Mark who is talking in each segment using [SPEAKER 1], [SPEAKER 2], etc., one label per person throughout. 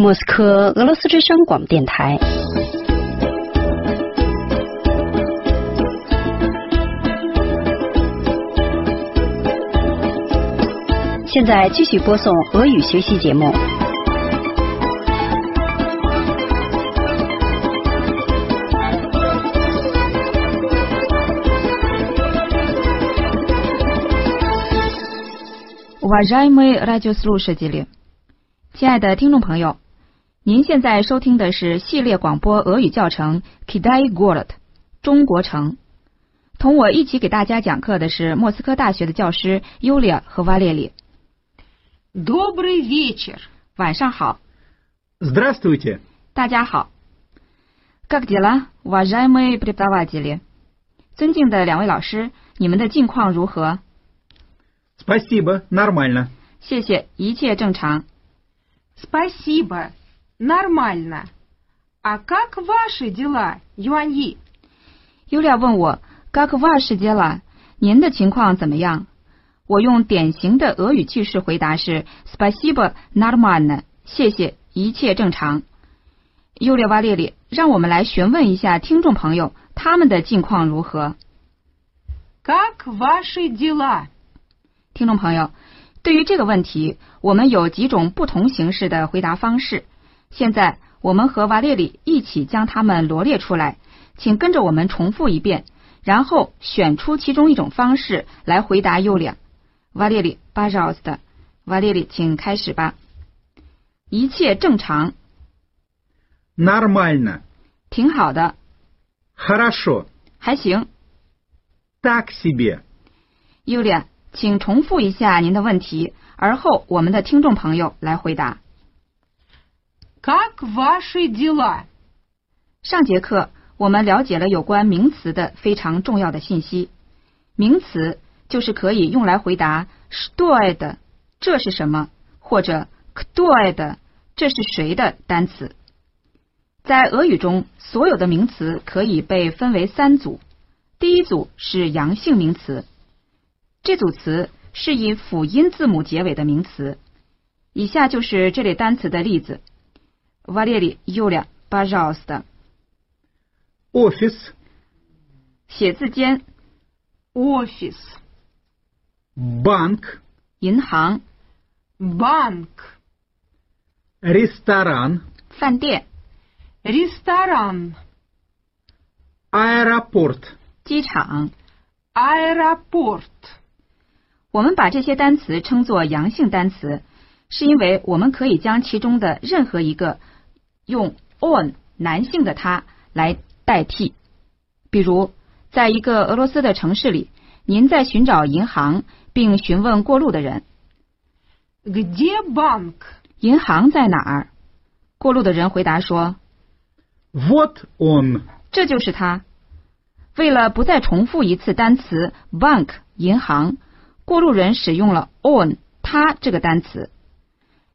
[SPEAKER 1] 莫斯科俄罗斯之声广播电台。现在继续播送俄语学习节目。
[SPEAKER 2] Уважаемые радиослушатели，亲爱的听众朋友，您现在收听的是系列广播俄语教程《Kidai Gorod》中国城。同我一起给大家讲课的是莫斯科大学的教师 Yulia 和 Valery。
[SPEAKER 3] Добрый вечер，
[SPEAKER 2] 晚上好，
[SPEAKER 4] Здравствуйте.
[SPEAKER 2] 大家好。Как дела, уважаемые преподаватели？尊敬的两位老师，你们的近况如何？
[SPEAKER 4] Спасибо, нормально.
[SPEAKER 2] 谢谢，一切正常。
[SPEAKER 3] спасибо, нормально. А как ваши дела, Юаньи?
[SPEAKER 2] Yulia 问我 g a k v a s h d e l a 您的情况怎么样？”我用典型的俄语句式回答是 “Спасибо, нормально”，谢谢，一切正常。Yulia 瓦列里，让我们来询问一下听众朋友他们的近况如何。
[SPEAKER 3] Как ваши дела?
[SPEAKER 2] 听众朋友，对于这个问题，我们有几种不同形式的回答方式。现在，我们和瓦列里一起将它们罗列出来，请跟着我们重复一遍，然后选出其中一种方式来回答优良。瓦列里巴饶斯的，瓦列里，请开始吧。一切正常，
[SPEAKER 4] Нормально.
[SPEAKER 2] 挺好的，
[SPEAKER 4] Хорошо.
[SPEAKER 2] 还行。
[SPEAKER 4] Так себе.
[SPEAKER 2] 尤利亚，请重复一下您的问题，而后我们的听众朋友来回答。
[SPEAKER 3] Как ваши дела?
[SPEAKER 2] 上节课我们了解了有关名词的非常重要的信息。名词就是可以用来回答 s t o 的“这是什么”或者 k d o 的“这是谁的”单词。在俄语中，所有的名词可以被分为三组。第一组是阳性名词，这组词是以辅音字母结尾的名词。以下就是这类单词的例子：Valery, Yulia, b a z h o s t a
[SPEAKER 4] Офис.
[SPEAKER 2] 写字间、
[SPEAKER 3] Офис,
[SPEAKER 4] Банк.
[SPEAKER 2] 银行、
[SPEAKER 3] банк,
[SPEAKER 4] Ресторан.
[SPEAKER 2] 饭店、
[SPEAKER 3] ресторан,
[SPEAKER 4] Аэропорт.
[SPEAKER 2] 机场。
[SPEAKER 3] аэропорт.
[SPEAKER 2] 我们把这些单词称作阳性单词，是因为我们可以将其中的任何一个用 on 男性的它来代替。比如，在一个俄罗斯的城市里，您在寻找银行，并询问过路的人
[SPEAKER 3] Где банк?：“
[SPEAKER 2] 银行在哪儿？”过路的人回答说
[SPEAKER 4] Вот он.：“
[SPEAKER 2] 这就是它。”为了不再重复一次单词 bank 银行，过路人使用了 on 它这个单词。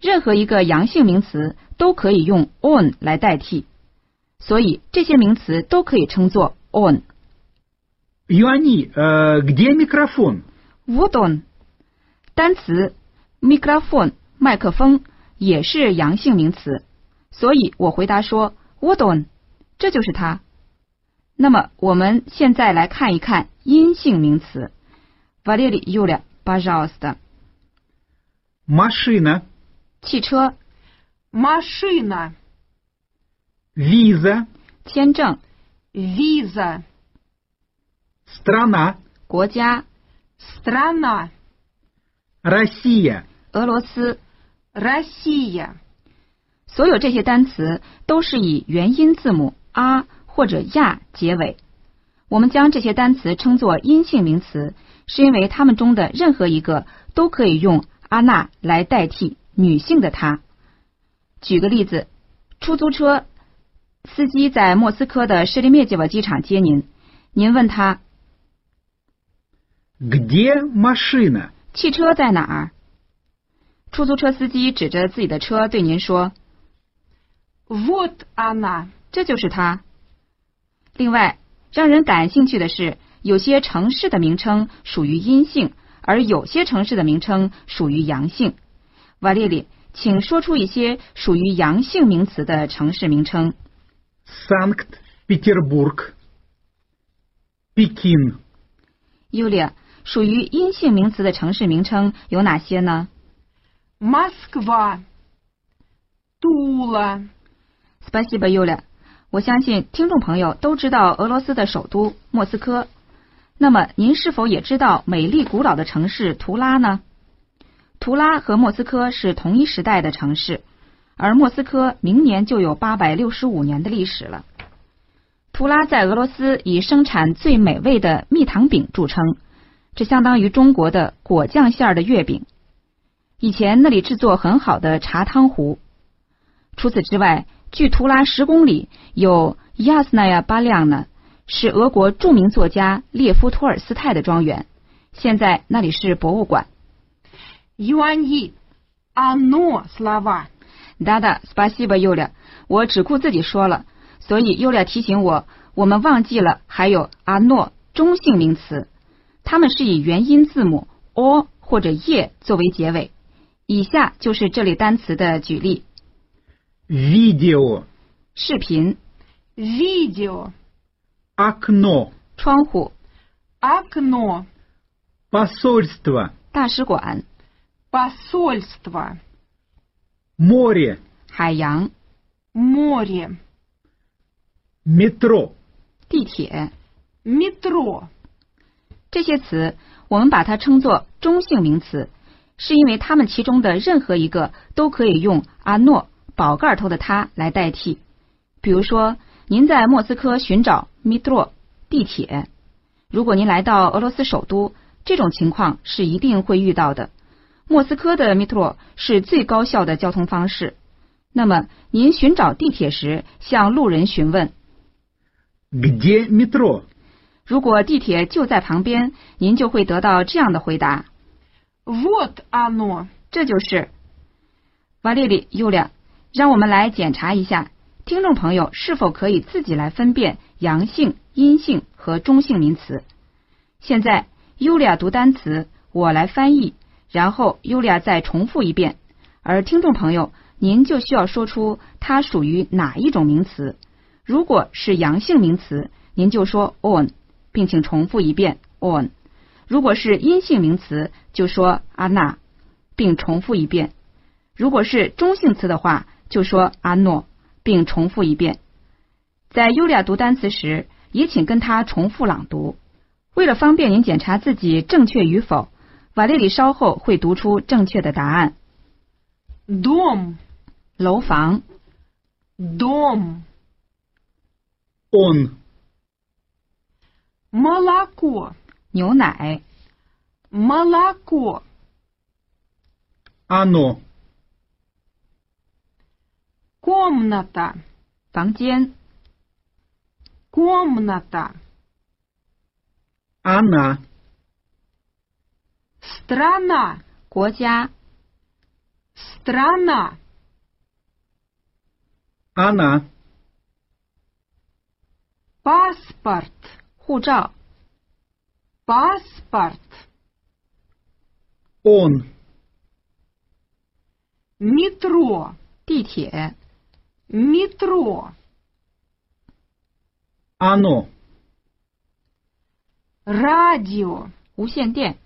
[SPEAKER 2] 任何一个阳性名词都可以用 on 来代替，所以这些名词都可以称作 on。
[SPEAKER 4] Юани, э, где микрофон?
[SPEAKER 2] w o o n 单词 microphone 麦克风也是阳性名词，所以我回答说 w o o n 这就是它。那么我们现在来看一看阴性名词 Valery Yulia b a z h o s t a
[SPEAKER 4] Машина.
[SPEAKER 2] 汽车、
[SPEAKER 3] Машина,
[SPEAKER 4] Виза.
[SPEAKER 2] 签证、
[SPEAKER 3] виза,
[SPEAKER 4] Страна.
[SPEAKER 2] 国家、
[SPEAKER 3] страна,
[SPEAKER 4] Россия.
[SPEAKER 2] 俄罗斯，
[SPEAKER 3] Россия,
[SPEAKER 2] 所有这些单词都是以元音字母 r 或者亚结尾。我们将这些单词称作阴性名词，是因为它们中的任何一个都可以用阿娜来代替女性的她。举个例子，出租车司机在莫斯科的施利涅季瓦机场接您，您问他
[SPEAKER 4] Где машина?
[SPEAKER 2] 汽车在哪儿？出租车司机指着自己的车对您说
[SPEAKER 3] вот она.：“
[SPEAKER 2] 这就是它。”另外，让人感兴趣的是，有些城市的名称属于阴性，而有些城市的名称属于阳性。瓦列里，请说出一些属于阳性名词的城市名称。
[SPEAKER 4] Санкт-Петербург, Пекин,
[SPEAKER 2] Юлия，属于阴性名词的城市名称有哪些呢
[SPEAKER 3] Москва, Тула,
[SPEAKER 2] ？Спасибо, Юлия。我相信听众朋友都知道俄罗斯的首都莫斯科。那么您是否也知道美丽古老的城市图拉呢？图拉和莫斯科是同一时代的城市，而莫斯科明年就有八百六十五年的历史了。图拉在俄罗斯以生产最美味的蜜糖饼著称，这相当于中国的果酱馅儿的月饼。以前那里制作很好的茶汤壶。除此之外，距图拉十公里有亚斯纳亚巴亮呢，是俄国著名作家列夫·托尔斯泰的庄园，现在那里是博物馆。
[SPEAKER 3] Юани. Оно слова.
[SPEAKER 2] Дада, спасибо, Юля。我只顾自己说了，所以 Юля 提醒我，我们忘记了还有阿诺中性名词，它们是以元音字母 o 或者 e 作为结尾。以下就是这类单词的举例：
[SPEAKER 4] видео,
[SPEAKER 2] 视频、
[SPEAKER 3] Видео.
[SPEAKER 4] окно,
[SPEAKER 2] 窗户、
[SPEAKER 3] Окно.
[SPEAKER 4] посольство,
[SPEAKER 2] 大使馆、
[SPEAKER 3] Посольство.
[SPEAKER 4] море,
[SPEAKER 2] 海洋、
[SPEAKER 3] Море.
[SPEAKER 4] метро,
[SPEAKER 2] 地铁。
[SPEAKER 3] Метро.
[SPEAKER 2] 这些词，我们把它称作中性名词，是因为它们其中的任何一个都可以用阿诺宝盖头的它来代替。比如说，您在莫斯科寻找 metro 地铁，如果您来到俄罗斯首都，这种情况是一定会遇到的。莫斯科的 metro 是最高效的交通方式。那么，您寻找地铁时，向路人询问，
[SPEAKER 4] где метро,
[SPEAKER 2] 如果地铁就在旁边，您就会得到这样的回答。
[SPEAKER 3] Вот оно.
[SPEAKER 2] 这就是瓦列里尤亮。让我们来检查一下，听众朋友是否可以自己来分辨阳性、阴性和中性名词。现在尤利亚读单词，我来翻译，然后尤利亚再重复一遍，而听众朋友您就需要说出它属于哪一种名词。如果是阳性名词，您就说 on，并请重复一遍 on；如果是阴性名词，就说啊 anna。并重复一遍。如果是中性词的话，就说阿诺，并重复一遍。在尤利亚读单词时，也请跟他重复朗读。为了方便您检查自己正确与否，瓦列里稍后会读出正确的答案。
[SPEAKER 3] Дом.
[SPEAKER 2] 楼房、
[SPEAKER 3] Дом.
[SPEAKER 4] он,
[SPEAKER 3] Молоко.
[SPEAKER 2] 牛奶、
[SPEAKER 3] Молоко.
[SPEAKER 4] оно,
[SPEAKER 3] Комната.
[SPEAKER 2] 房间、
[SPEAKER 3] Комната.
[SPEAKER 4] она,
[SPEAKER 3] Страна.
[SPEAKER 2] 国家、
[SPEAKER 3] Страна.
[SPEAKER 4] она,
[SPEAKER 3] Паспорт.
[SPEAKER 2] 护照、
[SPEAKER 3] Паспорт.
[SPEAKER 4] он,
[SPEAKER 3] Метро.
[SPEAKER 2] 地铁、
[SPEAKER 3] Метро.
[SPEAKER 4] оно,
[SPEAKER 3] Радио.
[SPEAKER 2] 无线电、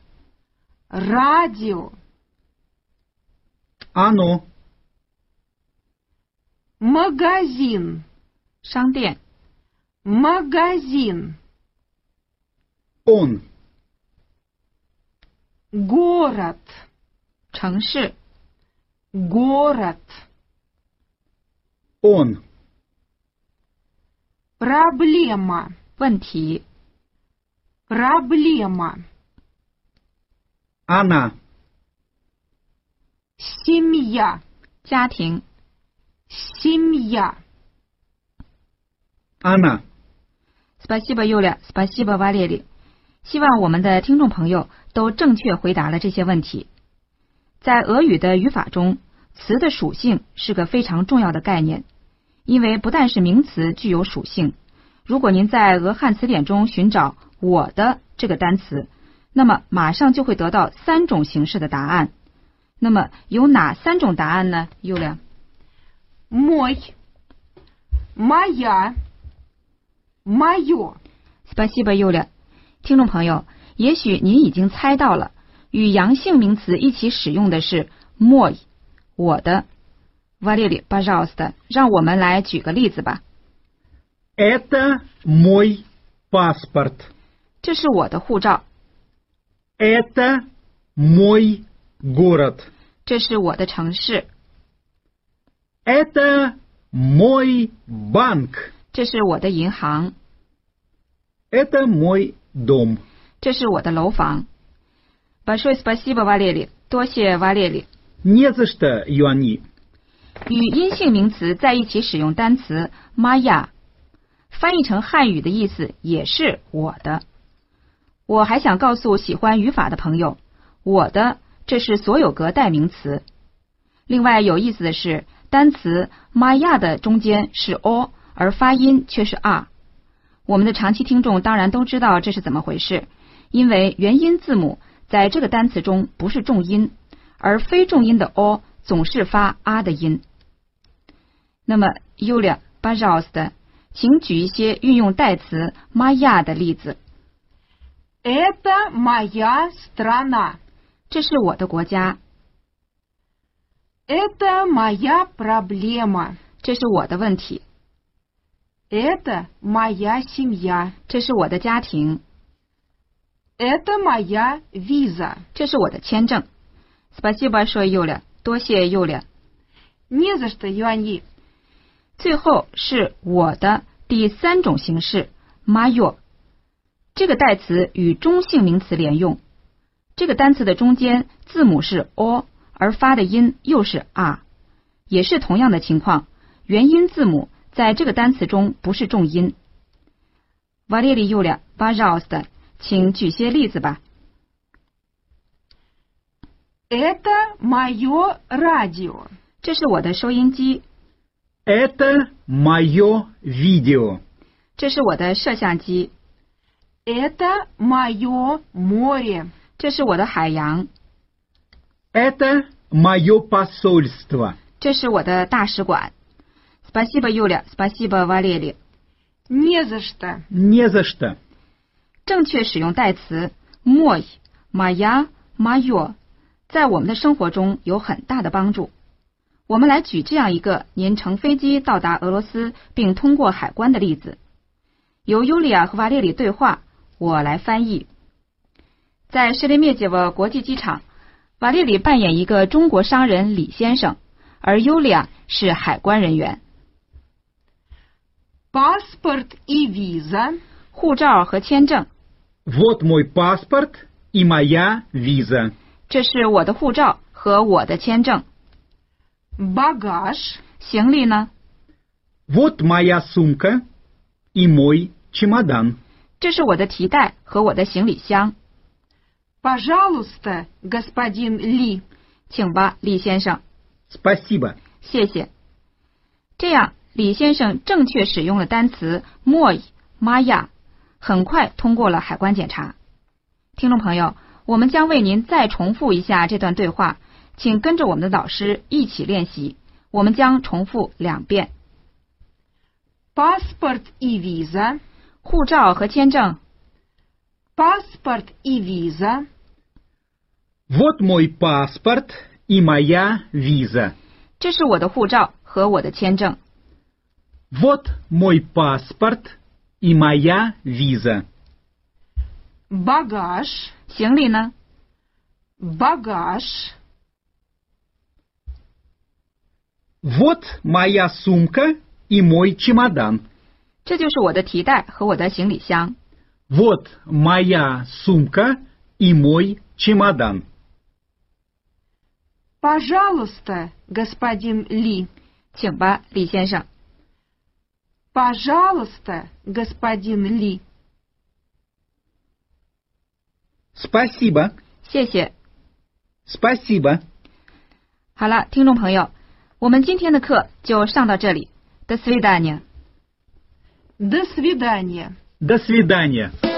[SPEAKER 3] Радио.
[SPEAKER 4] оно,
[SPEAKER 3] Магазин.
[SPEAKER 2] 商店、
[SPEAKER 3] Магазин.
[SPEAKER 4] он,
[SPEAKER 3] Город.
[SPEAKER 2] 城市、
[SPEAKER 3] Город.
[SPEAKER 4] он,
[SPEAKER 3] Проблема.
[SPEAKER 2] 问题、
[SPEAKER 3] Проблема.
[SPEAKER 4] она,
[SPEAKER 3] Семья.
[SPEAKER 2] 家庭、
[SPEAKER 3] Семья.
[SPEAKER 4] она.
[SPEAKER 2] Спасибо, Юля. Спасибо, Валерий. 希望我们的听众朋友都正确回答了这些问题。在俄语的语法中，词的属性是个非常重要的概念，因为不但是名词具有属性。如果您在俄汉词典中寻找“我的”这个单词，那么马上就会得到三种形式的答案。那么有哪三种答案呢？优良，
[SPEAKER 3] мой, моя, мое.
[SPEAKER 2] спасибо，优良。听众朋友，也许您已经猜到了，与阳性名词一起使用的是 мой，我的。Валерий, пожалуйста，让我们来举个例子吧。
[SPEAKER 4] Это мой паспорт.
[SPEAKER 2] 这是我的护照，
[SPEAKER 4] Это мой город.
[SPEAKER 2] 这是我的城市，
[SPEAKER 4] Это мой банк.
[SPEAKER 2] 这是我的银行，
[SPEAKER 4] Это мой дом.
[SPEAKER 2] 这是我的楼房。Большое спасибо, Валерий，多谢 Валерий。
[SPEAKER 4] Не за что, Юани.
[SPEAKER 2] 与阴性名词在一起使用单词 “maya”，翻译成汉语的意思也是“我的”。我还想告诉喜欢语法的朋友，“我的”这是所有格代名词。另外有意思的是，单词 “maya” 的中间是 “o”，而发音却是 “r”。我们的长期听众当然都知道这是怎么回事，因为元音字母在这个单词中不是重音，而非重音的 “o” 总是发 “r” 的音。那么，Yulia b a j a s 的，请举一些运用代词 “maya” 的例子。
[SPEAKER 3] Это моя страна.
[SPEAKER 2] 这是我的国家，
[SPEAKER 3] Это моя проблема.
[SPEAKER 2] 这是我的问题，
[SPEAKER 3] Это моя семья.
[SPEAKER 2] 这是我的家庭，
[SPEAKER 3] Это моя виза.
[SPEAKER 2] 这是我的签证。Спасибо, s h o Yulia，多谢 Yulia。
[SPEAKER 3] Не за что, Юани.
[SPEAKER 2] 最后是我的第三种形式 “mayo”，这个代词与中性名词连用。这个单词的中间字母是 “o”，而发的音又是 “r”，也是同样的情况，元音字母在这个单词中不是重音。Валерий Юля, b a j а у с т 请举些例子吧。
[SPEAKER 3] Это мое радио.
[SPEAKER 2] 这是我的收音机，
[SPEAKER 4] Это мое видео.
[SPEAKER 2] 这是我的摄像机，
[SPEAKER 3] Это мое море.
[SPEAKER 2] 这是我的海洋，
[SPEAKER 4] Это мое посольство.
[SPEAKER 2] 这是我的大使馆。Спасибо, Юля. Спасибо, Валерий.
[SPEAKER 3] Не за что.
[SPEAKER 4] Не за что.
[SPEAKER 2] 正确使用代词 мой、моя、моё，在我们的生活中有很大的帮助。我们来举这样一个您乘飞机到达俄罗斯并通过海关的例子，由尤利亚和瓦列里对话，我来翻译。在舍列涅杰沃国际机场，瓦列里扮演一个中国商人李先生，而尤利亚是海关人员。
[SPEAKER 3] Паспорт и виза.
[SPEAKER 2] 护照和签证，
[SPEAKER 4] Вот мой паспорт и моя виза.
[SPEAKER 2] 这是我的护照和我的签证。
[SPEAKER 3] Багаж.
[SPEAKER 2] 行李呢？
[SPEAKER 4] Вот моя сумка и мой чемодан.
[SPEAKER 2] 这是我的提袋和我的行李箱，
[SPEAKER 3] Пожалуйста, господин Ли.
[SPEAKER 2] 请吧，李先生，
[SPEAKER 4] Спасибо.
[SPEAKER 2] 谢谢。这样，李先生正确使用了单词 moi、maya，很快通过了海关检查。听众朋友，我们将为您再重复一下这段对话，请跟着我们的老师一起练习。我们将重复两遍：
[SPEAKER 3] Паспорт и виза.
[SPEAKER 2] 护照和签证，
[SPEAKER 3] Паспорт
[SPEAKER 2] e
[SPEAKER 3] и виза.
[SPEAKER 4] Вот мой паспорт и моя виза.
[SPEAKER 2] 这是我的护照和我的签证。
[SPEAKER 4] Вот мой паспорт и моя виза.
[SPEAKER 3] Багаж.
[SPEAKER 2] 行李呢？
[SPEAKER 3] Багаж.
[SPEAKER 4] Вот моя сумка и мой чемодан.
[SPEAKER 2] 这就是我的提袋和我的行李箱。
[SPEAKER 4] Вот моя сумка и мой чемодан.
[SPEAKER 3] Пожалуйста, господин Ли.
[SPEAKER 2] 请吧，李先生。
[SPEAKER 3] Пожалуйста, господин Ли.
[SPEAKER 4] Спасибо.
[SPEAKER 2] 谢谢。
[SPEAKER 4] Спасибо.
[SPEAKER 2] 好了，听众朋友，我们今天的课就上到这里。До свидания。
[SPEAKER 3] До свидания.
[SPEAKER 4] До свидания.